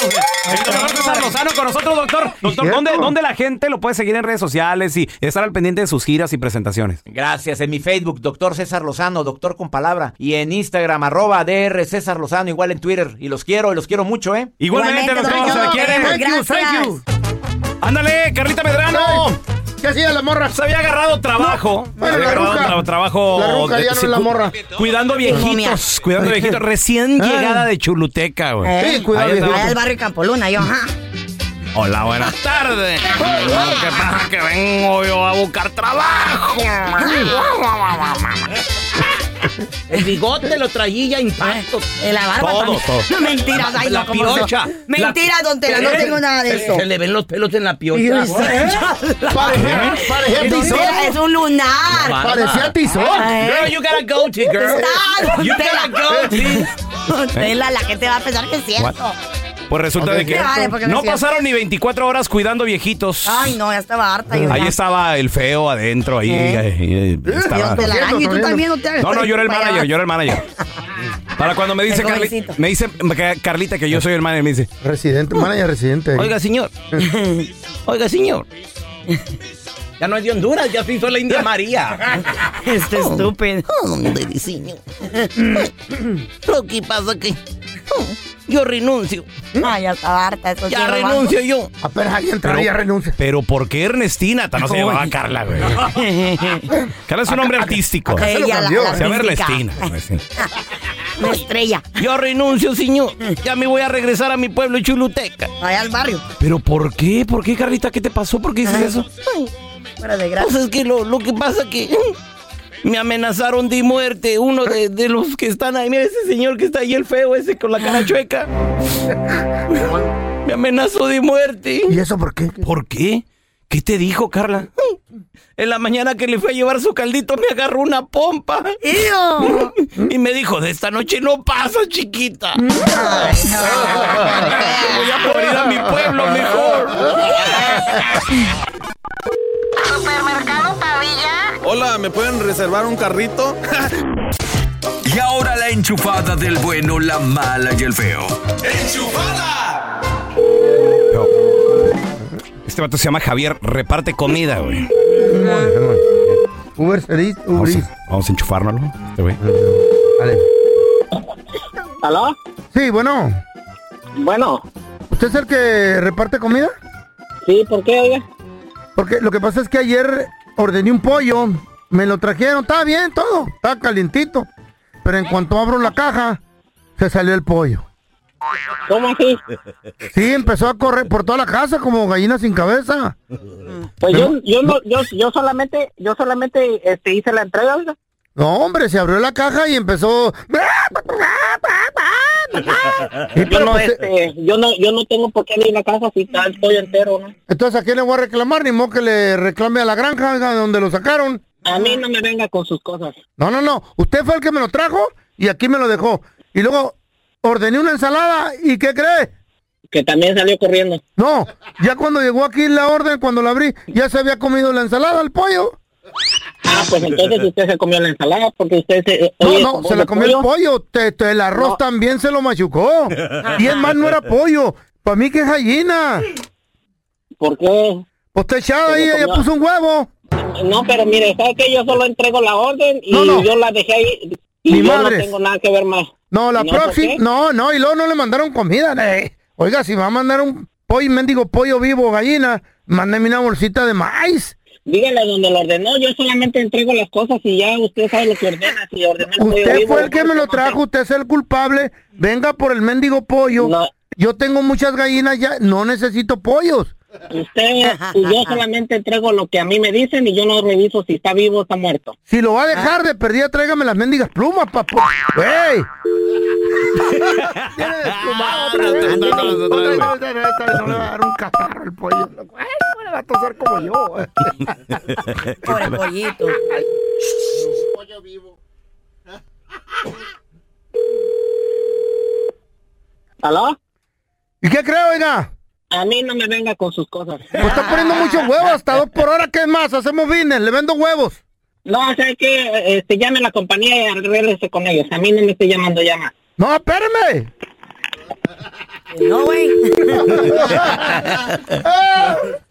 S2: El doctor César Lozano con nosotros, doctor. Doctor, ¿dónde, ¿dónde la gente lo puede seguir en redes sociales y estar al pendiente de sus giras y presentaciones?
S11: *laughs* Gracias. En mi Facebook, Doctor César Lozano, Doctor con Palabra. Y en Instagram, arroba DR César Lozano, igual en Twitter. Y los quiero, y los quiero mucho, ¿eh?
S2: Igualmente, doctor,
S3: doctor,
S2: se le quiere.
S3: thank you, thank you.
S2: Ándale, Carlita Medrano.
S3: ¿Qué hacía la morra?
S2: Se había agarrado trabajo.
S3: No, bueno,
S2: había
S3: la
S2: agarrado
S3: ruca.
S2: tra- trabajo.
S3: La ruca ya no
S2: sí,
S3: es la
S2: cu-
S3: morra.
S2: Cuidando viejitos. Cuidando viejitos. Recién
S4: Ah.
S2: llegada de Chuluteca, güey.
S4: Eh,
S2: Ahí andaba.
S4: Allá del barrio Campoluna, yo, ajá.
S2: Hola, buenas tardes. ¿Qué pasa? Que vengo yo a buscar trabajo.
S5: El bigote lo traía intacto.
S4: Eh, La barba
S5: Todo,
S4: también.
S5: todo.
S4: No, mentiras, ay,
S5: La
S4: no, ¿cómo
S5: piocha.
S4: no? Mentiras,
S5: La-
S4: don Tela, no
S5: ¿Eh?
S4: tengo nada de
S5: Se-
S4: eso.
S5: Se le ven los pelos en la
S4: *laughs*
S5: piocha.
S4: ¿Eh?
S5: Parecía- parecía
S4: Don
S5: tizón.
S4: Tela, Es un lunar.
S5: La barba. Ay. Girl, you gotta go, T, girl.
S4: Stop, Don
S5: You gotta
S4: Tela.
S5: go, T.
S4: Don *laughs* Tela, la gente va a pensar que es cierto.
S2: Pues resulta
S4: Ok.
S2: de que
S4: Ya, vale, porque no
S2: no
S4: es cierto.
S2: pasaron ni 24 horas cuidando viejitos.
S4: Ay, no, ya estaba harta. yo
S2: Ahí
S4: ya.
S2: estaba el feo adentro, ahí.
S4: ¿Eh?
S2: ahí, ahí, estaba.
S4: Dios te la araña, y tú también no te hagas.
S2: No, no, yo era el manager, yo era el manager. Para cuando me dice
S4: El
S2: Carli-
S4: jovencito.
S2: me dice que- Carlita que yo soy el manager, me dice.
S3: Residente, manager residente.
S4: *laughs*
S2: Oiga, señor.
S5: Oiga, señor. Ya no es de Honduras, ya se hizo la India María. Oh.
S4: Este estúpido.
S12: ¿Dónde diseño? Lo que pasa que
S5: oh,
S12: yo renuncio.
S4: Ah, ya estaba harta. Eso
S12: Ya renuncio
S5: yo.
S3: Apenas alguien
S2: Pero,
S3: traía
S2: pero ¿por qué Ernestina? Ta- No se llamaba Carla, güey. Carla es un hombre artístico.
S4: acá se lo Ella, la- cambió. la
S2: Se llama
S4: artística.
S2: Ernestina. Ernestina.
S4: Una estrella.
S5: Yo renuncio, señor. Ya me voy a regresar a mi pueblo Chuluteca.
S4: Allá al barrio.
S2: ¿Pero por qué? ¿Por qué, Carlita? ¿Qué te pasó? ¿Por qué dices eso?
S4: Fuera de
S12: Pues
S4: gracia.
S12: es que lo, lo que pasa que me amenazaron de muerte uno de, de los que están ahí. Mira ese señor que está ahí, el feo ese con la cara chueca. Me amenazó de muerte.
S3: ¿Y eso por qué?
S2: ¿Por qué? ¿Qué te dijo, Carla?
S12: En la mañana que le fui a llevar su caldito me agarró una pompa. Y me dijo, de esta noche no pasa, chiquita. Voy a morir a mi pueblo mejor.
S13: Supermercado Pavilla.
S14: Hola, ¿me pueden reservar un carrito?
S1: Y ahora la enchufada del bueno, la mala y el feo.
S2: Este vato se llama Javier, reparte comida, güey.
S3: Uber Eats, Uber
S2: Vamos a, vamos a enchufárnoslo. Este güey.
S3: ¿Aló? Sí, bueno. Bueno. ¿Usted es el que reparte comida? Sí, ¿por qué, oiga? Porque lo que pasa es que ayer ordené un pollo, me lo trajeron, estaba bien todo, estaba calientito. Pero en cuanto abro la caja, se salió el pollo.
S15: ¿Cómo así?
S3: Sí, empezó a correr por toda la casa como gallina sin cabeza.
S15: Pues yo, yo no, yo, yo solamente, yo solamente este, hice la entrega, oiga.
S3: No, hombre, se abrió la caja y empezó... Sí,
S15: Yo
S3: pero
S15: no,
S3: pues,
S15: este, yo no, yo no tengo por qué ir a la casa si está el pollo entero, ¿no?
S3: Entonces, ¿a quién le voy a reclamar? Ni modo que le reclame a la granja oiga, de donde lo sacaron.
S15: A mí no me venga con sus cosas.
S3: No, no, no. Usted fue el que me lo trajo y aquí me lo dejó. Y luego ordené una ensalada y ¿qué cree?
S15: Que también salió corriendo.
S3: No, ya cuando llegó aquí la orden, cuando la abrí, ya se había comido la ensalada, el pollo.
S5: Ah, pues entonces usted se comió la ensalada porque usted se... eh,
S8: No,
S5: oye,
S8: no,
S5: como
S8: se
S5: de
S8: la comió el pollo. Te, te- el arroz también se lo
S5: *laughs*
S8: machucó. Y es más, no era pollo. Para mí que es gallina.
S5: ¿Por qué?
S8: Pues está echada ahí, ella puso un huevo.
S5: No, pero mire, ¿sabe que Yo solo entrego la orden y
S8: No, no.
S5: yo la dejé ahí y
S8: Ni
S5: yo
S8: madres.
S5: no tengo nada que ver más.
S8: No, la
S5: ¿Y por
S8: próxima.
S5: qué?
S8: No, no, y luego no le mandaron comida. eh. Oiga, si va a mandar un pollo, mendigo pollo vivo o gallina, mándame una bolsita de maíz.
S5: Dígale donde lo ordenó, yo solamente entrego las cosas y ya usted sabe lo que ordena, si ordena el pollo
S8: Usted
S5: vivo,
S8: fue el que me lo trajo, usted es el culpable. Venga por el mendigo pollo. Yo tengo muchas gallinas ya, no necesito pollos.
S5: usted, yo solamente entrego lo que a mí me dicen y yo no reviso si está vivo o está muerto.
S8: Si lo va a dejar de perdida, tráigame las mendigas plumas, papá. ¡Ey!
S3: Ah, le va a tosar como yo.
S4: Pobre pollito.
S5: ¿Aló?
S8: ¿Y qué creo, oiga?
S5: A mí no me venga con sus cosas.
S8: Pues está poniendo muchos huevos, hasta dos por hora, ¿qué más? Hacemos vines, le vendo huevos.
S5: No, o sea que este, llame a la compañía y arréglese con ellos. A mí no me esté llamando ya más.
S8: No, espérame.
S4: No,
S3: *laughs*
S4: güey.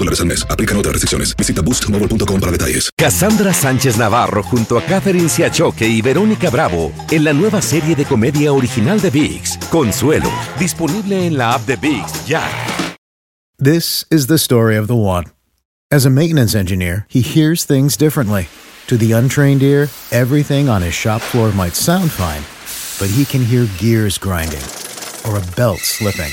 S16: dólares al mes. Aplican otras restricciones. Visita boostmobile.com para detalles.
S17: Cassandra Sánchez Navarro junto a Catherine Siachoque y Verónica Bravo en la nueva serie de comedia original de VIX, Consuelo, disponible en la app de VIX ya.
S18: This is the story of the one. As a maintenance engineer, he hears things differently. To the untrained ear, everything on his shop floor might sound fine, but he can hear gears grinding or a belt slipping.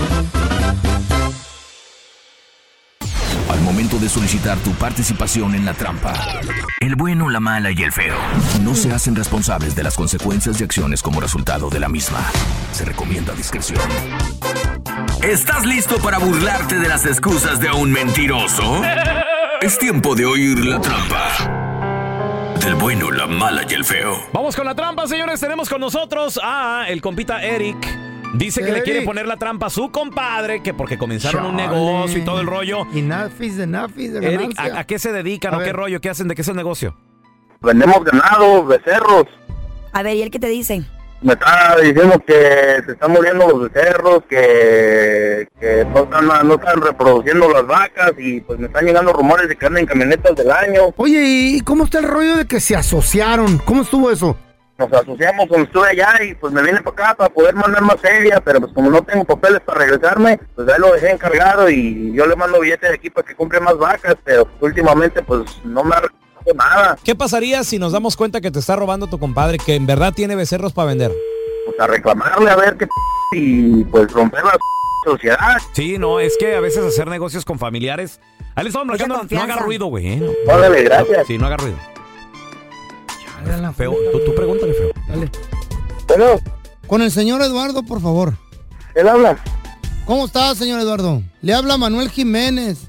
S1: Al momento de solicitar tu participación en la trampa, el bueno, la mala y el feo no se hacen responsables de las consecuencias y acciones como resultado de la misma. Se recomienda discreción. ¿Estás listo para burlarte de las excusas de un mentiroso? Es tiempo de oír la trampa. Del bueno, la mala y el feo.
S2: Vamos con la trampa, señores. Tenemos con nosotros a el compita Eric. Dice que le
S3: Eric.
S2: quiere poner la trampa a su compadre, que porque comenzaron un negocio y todo el rollo.
S3: Y nafis de nafis de
S2: Eric,
S3: ganancia.
S2: ¿a, a qué se dedican
S3: A
S2: o qué
S3: ver.
S2: rollo? ¿Qué hacen? ¿De qué es el negocio?
S19: Vendemos ganado, becerros.
S4: A ver, ¿y él qué te dice?
S19: Me está diciendo que se están muriendo los becerros, que, que no, están, no están reproduciendo las vacas y pues me están llegando rumores de que andan en camionetas del año.
S3: Oye, ¿y cómo está el rollo de que se asociaron? ¿Cómo estuvo eso?
S19: Nos asociamos cuando estuve allá y pues me vine para acá para poder mandar más feria, pero pues como no tengo papeles para regresarme, pues ahí lo dejé encargado y yo le mando billetes de aquí para que compre más vacas, pero últimamente pues no me ha regresado nada.
S20: ¿Qué pasaría si nos damos cuenta que te está robando tu compadre, que en verdad tiene becerros para vender?
S19: Pues a reclamarle a ver qué y pues romper la sociedad.
S2: Sí, no, es que a veces hacer negocios con familiares. Ahí le estamos marcando. No haga ruido, güey. ¿eh? No.
S19: Órale, gracias.
S2: Sí, no haga ruido. Feo, tú, tú pregúntale, feo.
S19: Bueno.
S3: Con el señor Eduardo, por favor.
S19: Él habla.
S3: ¿Cómo está, señor Eduardo? Le habla Manuel Jiménez.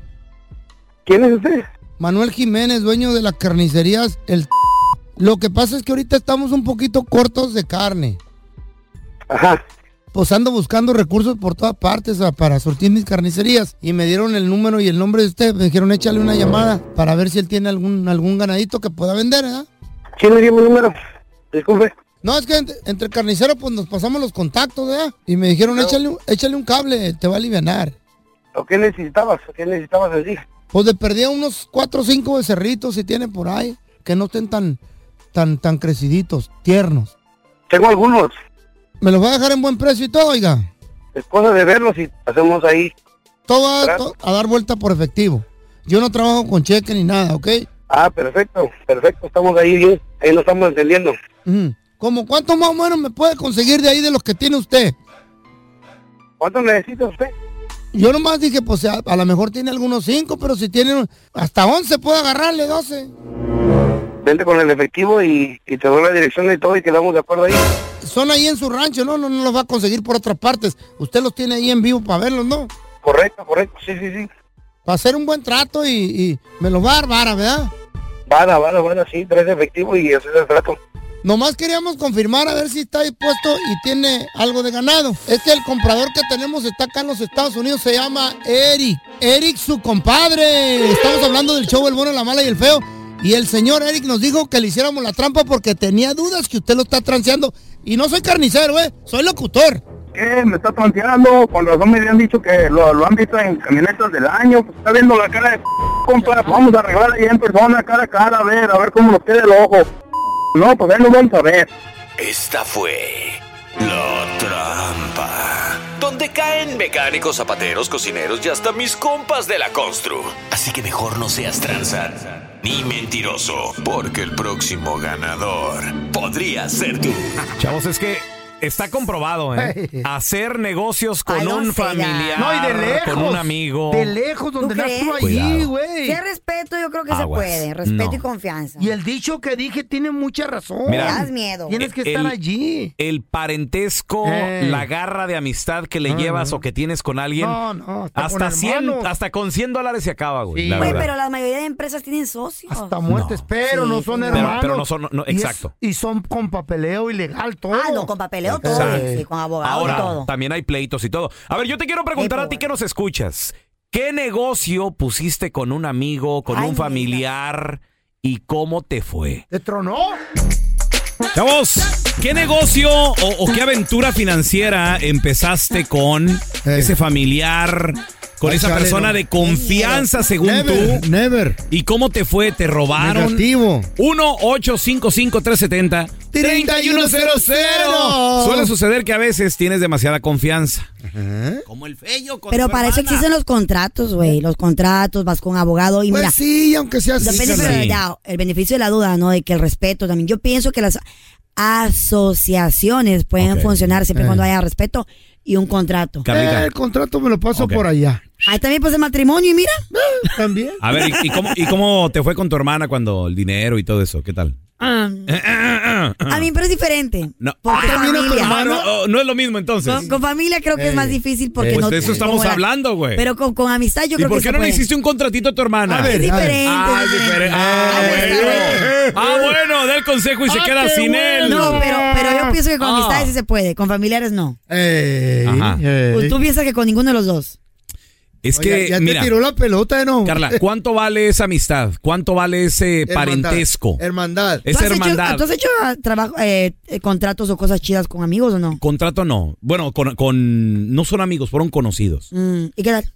S19: ¿Quién es usted?
S3: Manuel Jiménez, dueño de las carnicerías El Lo que pasa es que ahorita estamos un poquito cortos de carne.
S19: Ajá.
S3: Pues ando buscando recursos por todas partes a- para surtir mis carnicerías. Y me dieron el número y el nombre de usted. Me dijeron échale una llamada para ver si él tiene algún, algún ganadito que pueda vender, ¿eh?" ¿verdad?
S19: ¿Quién le dio mi número? Disculpe.
S3: No, es que ent- entre carniceros pues nos pasamos los contactos, ¿verdad? Y me dijeron échale, un- échale un cable, te va a aliviar.
S19: ¿O qué necesitabas? ¿Qué necesitabas decir?
S3: Pues de perdida unos cuatro o cinco becerritos si tienen por ahí, que no estén tan, tan, tan creciditos, tiernos.
S19: Tengo algunos.
S3: ¿Me los va a dejar en buen precio y todo, oiga?
S19: Es cosa de verlos y hacemos ahí.
S3: Todo va to- a dar vuelta por efectivo. Yo no trabajo con cheque ni nada, ¿ok?
S19: Ah, perfecto, perfecto. Estamos ahí bien. Ahí nos estamos entendiendo.
S3: Ujú. Mm. ¿Cómo cuánto más o menos me puede conseguir de ahí de los que tiene usted?
S19: ¿Cuánto necesita usted?
S3: Yo nomás dije, pues a, a lo mejor tiene algunos cinco, pero si tiene hasta 11 puedo agarrarle 12.
S19: Vente con el efectivo y, y te doy la dirección y todo y quedamos de acuerdo ahí.
S3: Son ahí en su rancho, ¿no? No, no los va a conseguir por otras partes. Usted los tiene ahí en vivo para verlos, ¿no?
S19: Correcto, correcto. Sí, sí, sí.
S3: Para hacer un buen trato y, y me los va a dar vara, ¿verdad?
S19: Vara, vara, vara, sí, tres de efectivo y ese es el trato.
S3: Nomás queríamos confirmar a ver si está dispuesto y tiene algo de ganado. Es que el comprador que tenemos está acá en los Estados Unidos, se llama Eric. Eric, su compadre. Estamos hablando del show El Bueno, la Mala y el Feo. Y el señor Eric nos dijo que le hiciéramos la trampa porque tenía dudas que usted lo está transeando. Y no soy carnicero, ¿eh? Soy locutor.
S19: ¿Qué? ¿Me está planteando? Con razón me habían dicho que lo, lo han visto en camionetas del año. Pues está viendo la cara de p- compa. Vamos a arreglar ahí en persona, cara a cara, a ver, a ver cómo nos queda el ojo. No, pues ahí lo vamos a ver.
S1: Esta fue la trampa. Donde caen mecánicos, zapateros, cocineros y hasta mis compas de la constru. Así que mejor no seas tranza ni mentiroso, porque el próximo ganador podría ser tú.
S2: Chavos, es que está comprobado, ¿eh? Hacer negocios con
S19: Ay, no
S2: un
S19: sea.
S2: familiar,
S19: No, y de
S2: con
S19: lejos,
S2: un amigo.
S3: de lejos, donde
S2: ¿Tú
S3: estás tú
S2: crees?
S3: allí,
S2: Cuidado.
S3: güey.
S4: Si hay respeto, yo creo que se
S2: Aguas.
S4: puede. Respeto
S2: No.
S4: y confianza.
S3: Y el dicho que dije tiene mucha razón.
S2: Mira,
S4: Me das miedo.
S3: Tienes que
S2: el-
S3: estar allí.
S2: El parentesco,
S3: Ey.
S2: la garra de amistad que le
S3: No,
S2: llevas
S3: no.
S2: o que tienes con alguien.
S3: No, no, hasta
S2: hasta,
S3: con
S2: 100,
S3: hermanos.
S2: hasta con 100 dólares se acaba, güey. la
S4: Güey,
S2: verdad.
S4: pero la mayoría de empresas tienen socios.
S3: Hasta muertes, pero no son
S2: Pero-
S3: hermanos.
S2: pero no son- no,
S3: Y es-
S2: exacto.
S3: Y, son con papeleo eh, ilegal todo.
S4: Ah, no, con papeleo todo.
S2: Exacto.
S4: sí, con abogado
S2: Ahora
S4: y todo.
S2: también hay pleitos y todo. A ver, yo te quiero preguntar a ti que nos escuchas. ¿Qué negocio pusiste con un amigo, con un familiar y cómo te fue?
S3: ¿Te tronó?
S2: Chavos, ¿qué negocio o, o qué aventura financiera empezaste con ese familiar, con
S3: Eh. Ay,
S2: esa
S3: chale,
S2: persona
S3: no.
S2: de confianza según
S3: Never,
S2: tú? Never. ¿Y cómo te fue? ¿Te robaron?
S3: Negativo.
S2: 1-855-370.
S3: 3100.
S2: Suele suceder que a veces tienes demasiada confianza.
S4: Como el fello Pero para eso existen los contratos, güey. Los contratos, vas con abogado y
S3: Pues
S4: mira.
S3: sí, aunque sea así,
S4: Depende,
S3: carnal.
S4: pero
S3: Sí.
S4: ya, el beneficio de la duda, ¿no? De que el respeto también. Yo pienso que las asociaciones pueden funcionar siempre y
S3: Eh.
S4: cuando haya respeto y un contrato.
S2: Carlita.
S3: el contrato me lo paso
S2: Ok.
S3: por allá. Eh,
S4: Ahí también pues el matrimonio y mira.
S3: También.
S2: A ver, ¿y, y cómo, y cómo te fue con tu hermana cuando el dinero y todo eso? ¿Qué tal? ah,
S4: Ah, a mí, pero es diferente.
S2: No.
S4: Porque
S2: Ah,
S4: familia.
S2: no, no, no es lo mismo entonces.
S4: Con, con familia creo que es
S3: Eh,
S4: más difícil porque
S2: Pues
S4: no.
S2: de eso estamos
S4: como la-
S2: hablando, güey.
S4: Pero con, con amistad yo
S2: ¿Y
S4: creo
S2: por
S4: que
S2: qué
S4: se
S2: no le
S4: puede.
S2: hiciste un contratito a tu hermana?
S4: A ver, Es a ver. diferente,
S2: Ah, es
S4: diferente.
S2: diferente. Ah, bueno. Ah, bueno, da el consejo y se
S4: Ah,
S2: queda
S4: qué
S2: sin él.
S4: No, pero, pero yo pienso que con
S2: Ah.
S4: amistades sí se puede, con familiares no.
S2: Ajá.
S4: Pues tú piensas que con ninguno de los dos.
S2: Es
S4: Oye,
S2: que,
S4: ya te
S2: mira,
S4: tiró la
S3: pelota, ¿no?
S2: Carla, ¿cuánto vale esa amistad? ¿Cuánto vale ese
S3: *laughs* Hermandad.
S2: parentesco?
S3: Hermandad.
S2: Es
S4: ¿Tú has hecho-
S2: hermandad.
S4: ¿Tú has hecho ah, trabajo, eh, eh, contratos o cosas chidas con amigos o no?
S2: Contrato no. Bueno, con, con- no son amigos, fueron conocidos.
S4: Mm, ¿Y qué tal?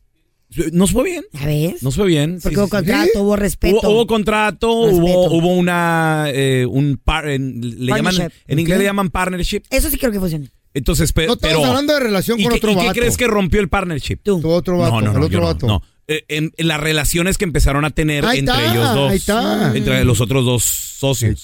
S2: Nos fue bien.
S4: ¿Ya ves?
S2: Nos fue bien.
S4: Porque
S2: sí,
S4: hubo
S2: sí, sí.
S4: contrato, hubo respeto.
S2: Hubo, hubo contrato, hubo, hubo una eh, un par- en, le llaman,
S4: Partnership.
S2: en inglés
S4: Ok.
S2: le llaman partnership.
S4: Eso sí creo que funciona.
S2: Entonces, pe-
S4: No estamos
S2: pero
S4: hablando de relación
S2: ¿y
S4: con
S2: qué-
S4: otro
S2: ¿Y qué
S4: vato.
S2: crees que rompió el partnership?
S4: Tú.
S3: otro
S2: No,
S3: vato,
S2: no, no,
S3: el
S2: yo
S3: otro
S2: no,
S3: vato.
S2: no. Eh, en, en las relaciones que empezaron a tener
S3: Ahí
S2: entre
S3: está,
S2: ellos dos,
S3: ahí está.
S2: entre los otros dos socios.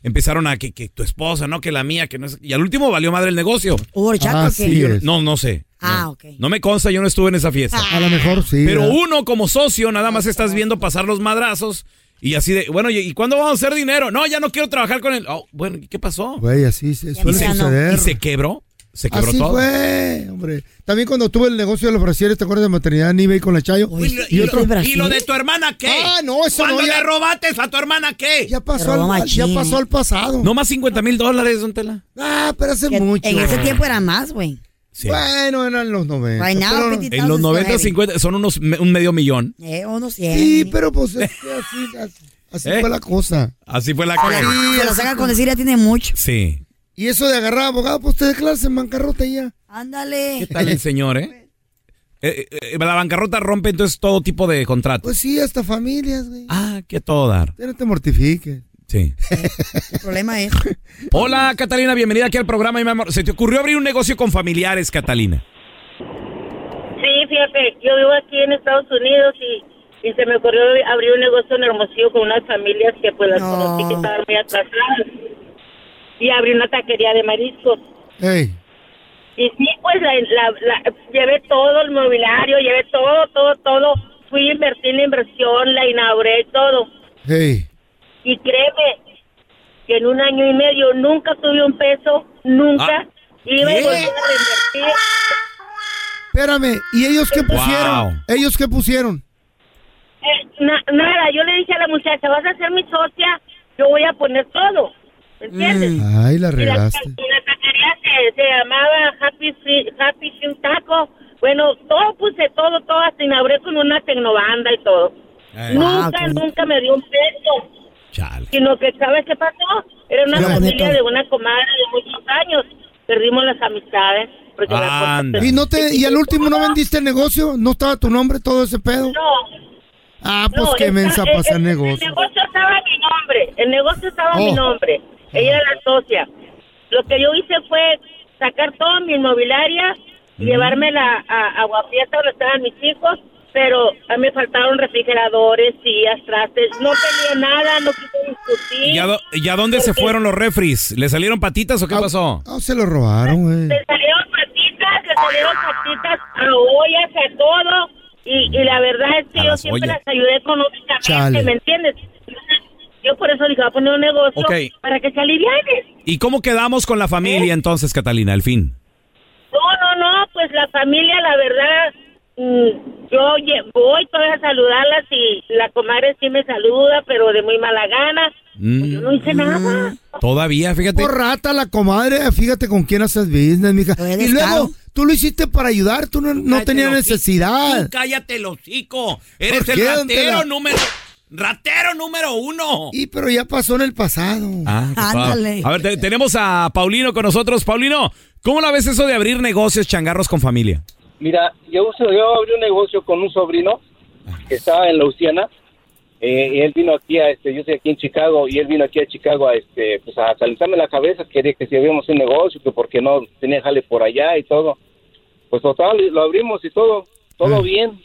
S2: Empezaron a que, que tu esposa, no, que la mía, que no es- Y al último valió madre el negocio.
S4: ¿Hubo horchata o qué? Ah, Así es.
S2: No, no sé.
S4: Ah, ok.
S2: No me consta, yo no estuve en esa fiesta.
S3: A lo mejor sí.
S2: Pero
S3: ¿verdad?
S2: uno como socio, nada más estás viendo pasar los madrazos y así de, bueno, ¿y y cuándo vamos a hacer dinero? No, ya no quiero trabajar con él. Oh, bueno, ¿qué pasó?
S3: Güey, así se
S2: Y
S3: suele
S2: se,
S3: suceder.
S2: y se quebró, se quebró
S3: Así
S2: todo.
S3: fue, hombre. También cuando tuve el negocio de los brasieres, ¿te acuerdas de maternidad en eBay con la Chayo?
S2: y, lo- y lo de tu hermana qué?
S3: Ah, no, eso
S2: ¿Cuándo
S3: no, ya-
S2: le robaste a tu hermana qué?
S3: Ya pasó, al, ya pasó al pasado.
S2: No más 50 mil dólares, don Tela.
S3: Ah, pero hace
S4: Que
S3: mucho.
S4: En ese tiempo era más, güey.
S3: Bueno, eran los 90.
S4: Right now,
S3: pero-
S4: 50,000
S2: En los 90, 50, son unos, me- un medio millón.
S4: Eh, unos 100.
S3: Sí, pero pues es que así, así- así
S2: ¿Eh?
S3: fue la cosa.
S2: Así fue la
S4: Se
S2: cosa.
S4: la- se lo sacan con decir, ya tiene mucho.
S2: Sí.
S3: Y eso de agarrar abogado, pues te declaras en bancarrota y ya.
S4: Ándale.
S2: ¿Qué tal
S3: *laughs*
S2: el señor, eh? Eh, eh, eh, la bancarrota rompe entonces todo tipo de contratos.
S3: Pues sí, hasta familias, güey.
S2: Ah, que a todo dar.
S3: Ya no te mortifiques.
S2: Sí.
S4: El problema es.
S2: Hola, Catalina, bienvenida aquí al programa, mi amor. ¿Se te ocurrió abrir un negocio con familiares, Catalina?
S6: Sí, fíjate, yo vivo aquí en Estados Unidos y, y se me ocurrió abrir un negocio en Hermosillo con unas familias que pues las conocí que estaban muy atrasadas. Y abrí una taquería de mariscos. Y sí, pues la, la- la- llevé todo el mobiliario, llevé todo, todo, todo. Fui a invertir la inversión, la inauguré y todo. Y créeme que en un año y medio nunca tuve un peso, nunca. Iba y
S3: ¿Qué?
S6: volví a reinvertir.
S3: Espérame, ¿y ellos qué pusieron?
S6: Wow.
S3: ¿Ellos qué pusieron?
S6: Eh, na- nada, yo le dije a la muchacha, vas a ser mi socia, yo voy a poner todo. ¿Me entiendes?
S3: Ay, la
S6: Y la,
S3: regaste.
S6: y la taquería se, se llamaba Happy Fi- Happy Shin Taco. Bueno, todo puse, todo, todo, hasta inauguré con una tecnobanda y todo.
S2: Ay.
S6: nunca,
S2: Wow, qué-
S6: nunca me dio un peso. Sino que, ¿sabes qué pasó? Era una
S2: Era
S6: familia
S2: bonito.
S6: de una comadre de muchos años. Perdimos las amistades. Porque la cosa se-
S3: ¿Y, no te, ¿Y al último no vendiste el negocio? ¿No estaba tu nombre, todo ese pedo?
S6: No.
S3: Ah, pues
S6: No,
S3: que me
S6: esta-
S3: a pasar
S6: el- el-
S3: negocio.
S6: El negocio estaba a mi nombre. El negocio estaba a mi
S3: Oh.
S6: nombre. Ella era la socia. Lo que yo hice fue sacar toda mi inmobiliaria,
S2: Mm.
S6: llevármela a, a Guapieta donde estaban mis hijos, pero a mí me faltaron refrigeradores, sillas, trastes. No tenía nada, no quise discutir.
S2: ¿Y a, dó- y a dónde se fueron los refris? ¿Le salieron patitas o qué pasó?
S3: No, Ah, se lo robaron, güey.
S6: Le salieron patitas, le salieron
S3: Ah.
S6: patitas a ollas, a todo. Y, y la verdad es que
S3: A
S6: yo
S3: las
S6: siempre
S3: ollas.
S6: las ayudé económicamente,
S2: Chale.
S6: ¿me entiendes? Yo por eso dije, voy a poner un negocio
S2: Ok.
S6: para que se alivianen.
S2: ¿Y cómo quedamos con la familia entonces, Catalina, al fin?
S6: No, no, no, pues la familia, la verdad, mm, yo lle- voy todavía a saludarlas y la comadre sí me saluda, pero de muy mala gana. Yo no hice nada.
S2: Mm, Todavía, fíjate.
S3: Por rata la comadre, fíjate con quién haces business, mija. Y luego, tú lo hiciste para ayudar, tú no, no tenías necesidad.
S2: Cállate el hocico.
S3: Ah. ¿Por qué, don Tela?
S2: número. Ratero número uno.
S3: Y pero ya pasó en el pasado.
S2: Ah, qué pa- A ver, te- tenemos a Paulino con nosotros. Paulino, ¿cómo la ves eso de abrir negocios changarros con familia?
S21: Mira, yo, yo abrí un negocio con un sobrino que estaba en Luciana. eh, y él vino aquí a, este, yo estoy aquí en Chicago, y él vino aquí a Chicago a, este, pues a calentarme la cabeza, quería que si habíamos un negocio, que porque no tenía jale por allá y todo. Pues total, lo abrimos y todo, todo bien.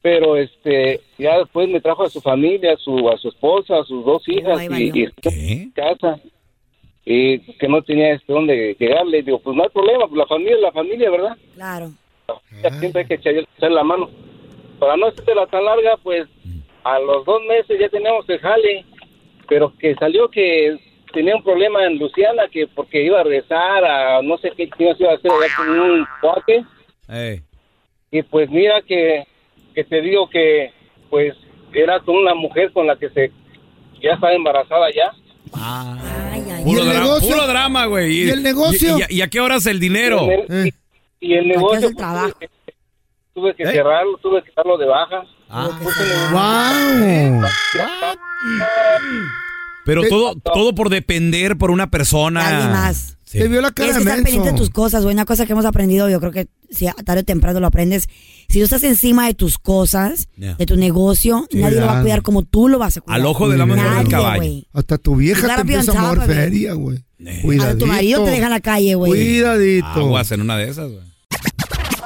S21: Pero este, ya después me trajo a su familia, a su, a su esposa, a sus dos hijas y, y casa. Y que no tenía este dónde llegarle. Digo, pues no hay problema, pues la familia es la familia, ¿verdad?
S4: Claro.
S21: siempre hay que echar- echar la mano. Para no la tan larga, pues a los dos meses ya teníamos el jale, pero que salió que tenía un problema en Luciana, que porque iba a regresar a no sé qué chingados iba a hacer allá con un cuate, y pues mira que, que te digo que pues era con una mujer con la que se ya estaba embarazada ya.
S2: Puro,
S21: el
S2: dra-
S21: negocio?
S2: puro drama, güey.
S21: ¿Y el negocio? Eh.
S2: ¿Y, y- y a qué horas el dinero?
S21: Y el negocio pues, tuve que- tuve que cerrarlo, tuve que darlo de baja.
S2: Ah.
S3: ¡Wow!
S2: Pero
S3: Te-
S2: todo, todo por depender por una persona.
S4: Alguien más.
S2: Sí.
S4: Tienes que estar pendiente de tus cosas, güey. Una cosa que hemos aprendido, yo creo que si a- tarde o temprano lo aprendes. Si tú estás encima de tus cosas, de tu negocio,
S3: Sí,
S4: nadie lo va a
S3: claro.
S4: cuidar como tú lo vas a cuidar.
S2: Al ojo del amo es mejor que el
S4: Nadie,
S2: caballo.
S4: güey.
S3: Hasta tu
S4: You
S3: vieja te
S4: gotta be
S3: empieza
S4: on
S3: a mover
S4: top of it.
S3: feria, güey.
S4: A tu marido te deja en la calle, güey.
S3: Cuidadito.
S2: Ah, Aguas en una de esas, güey.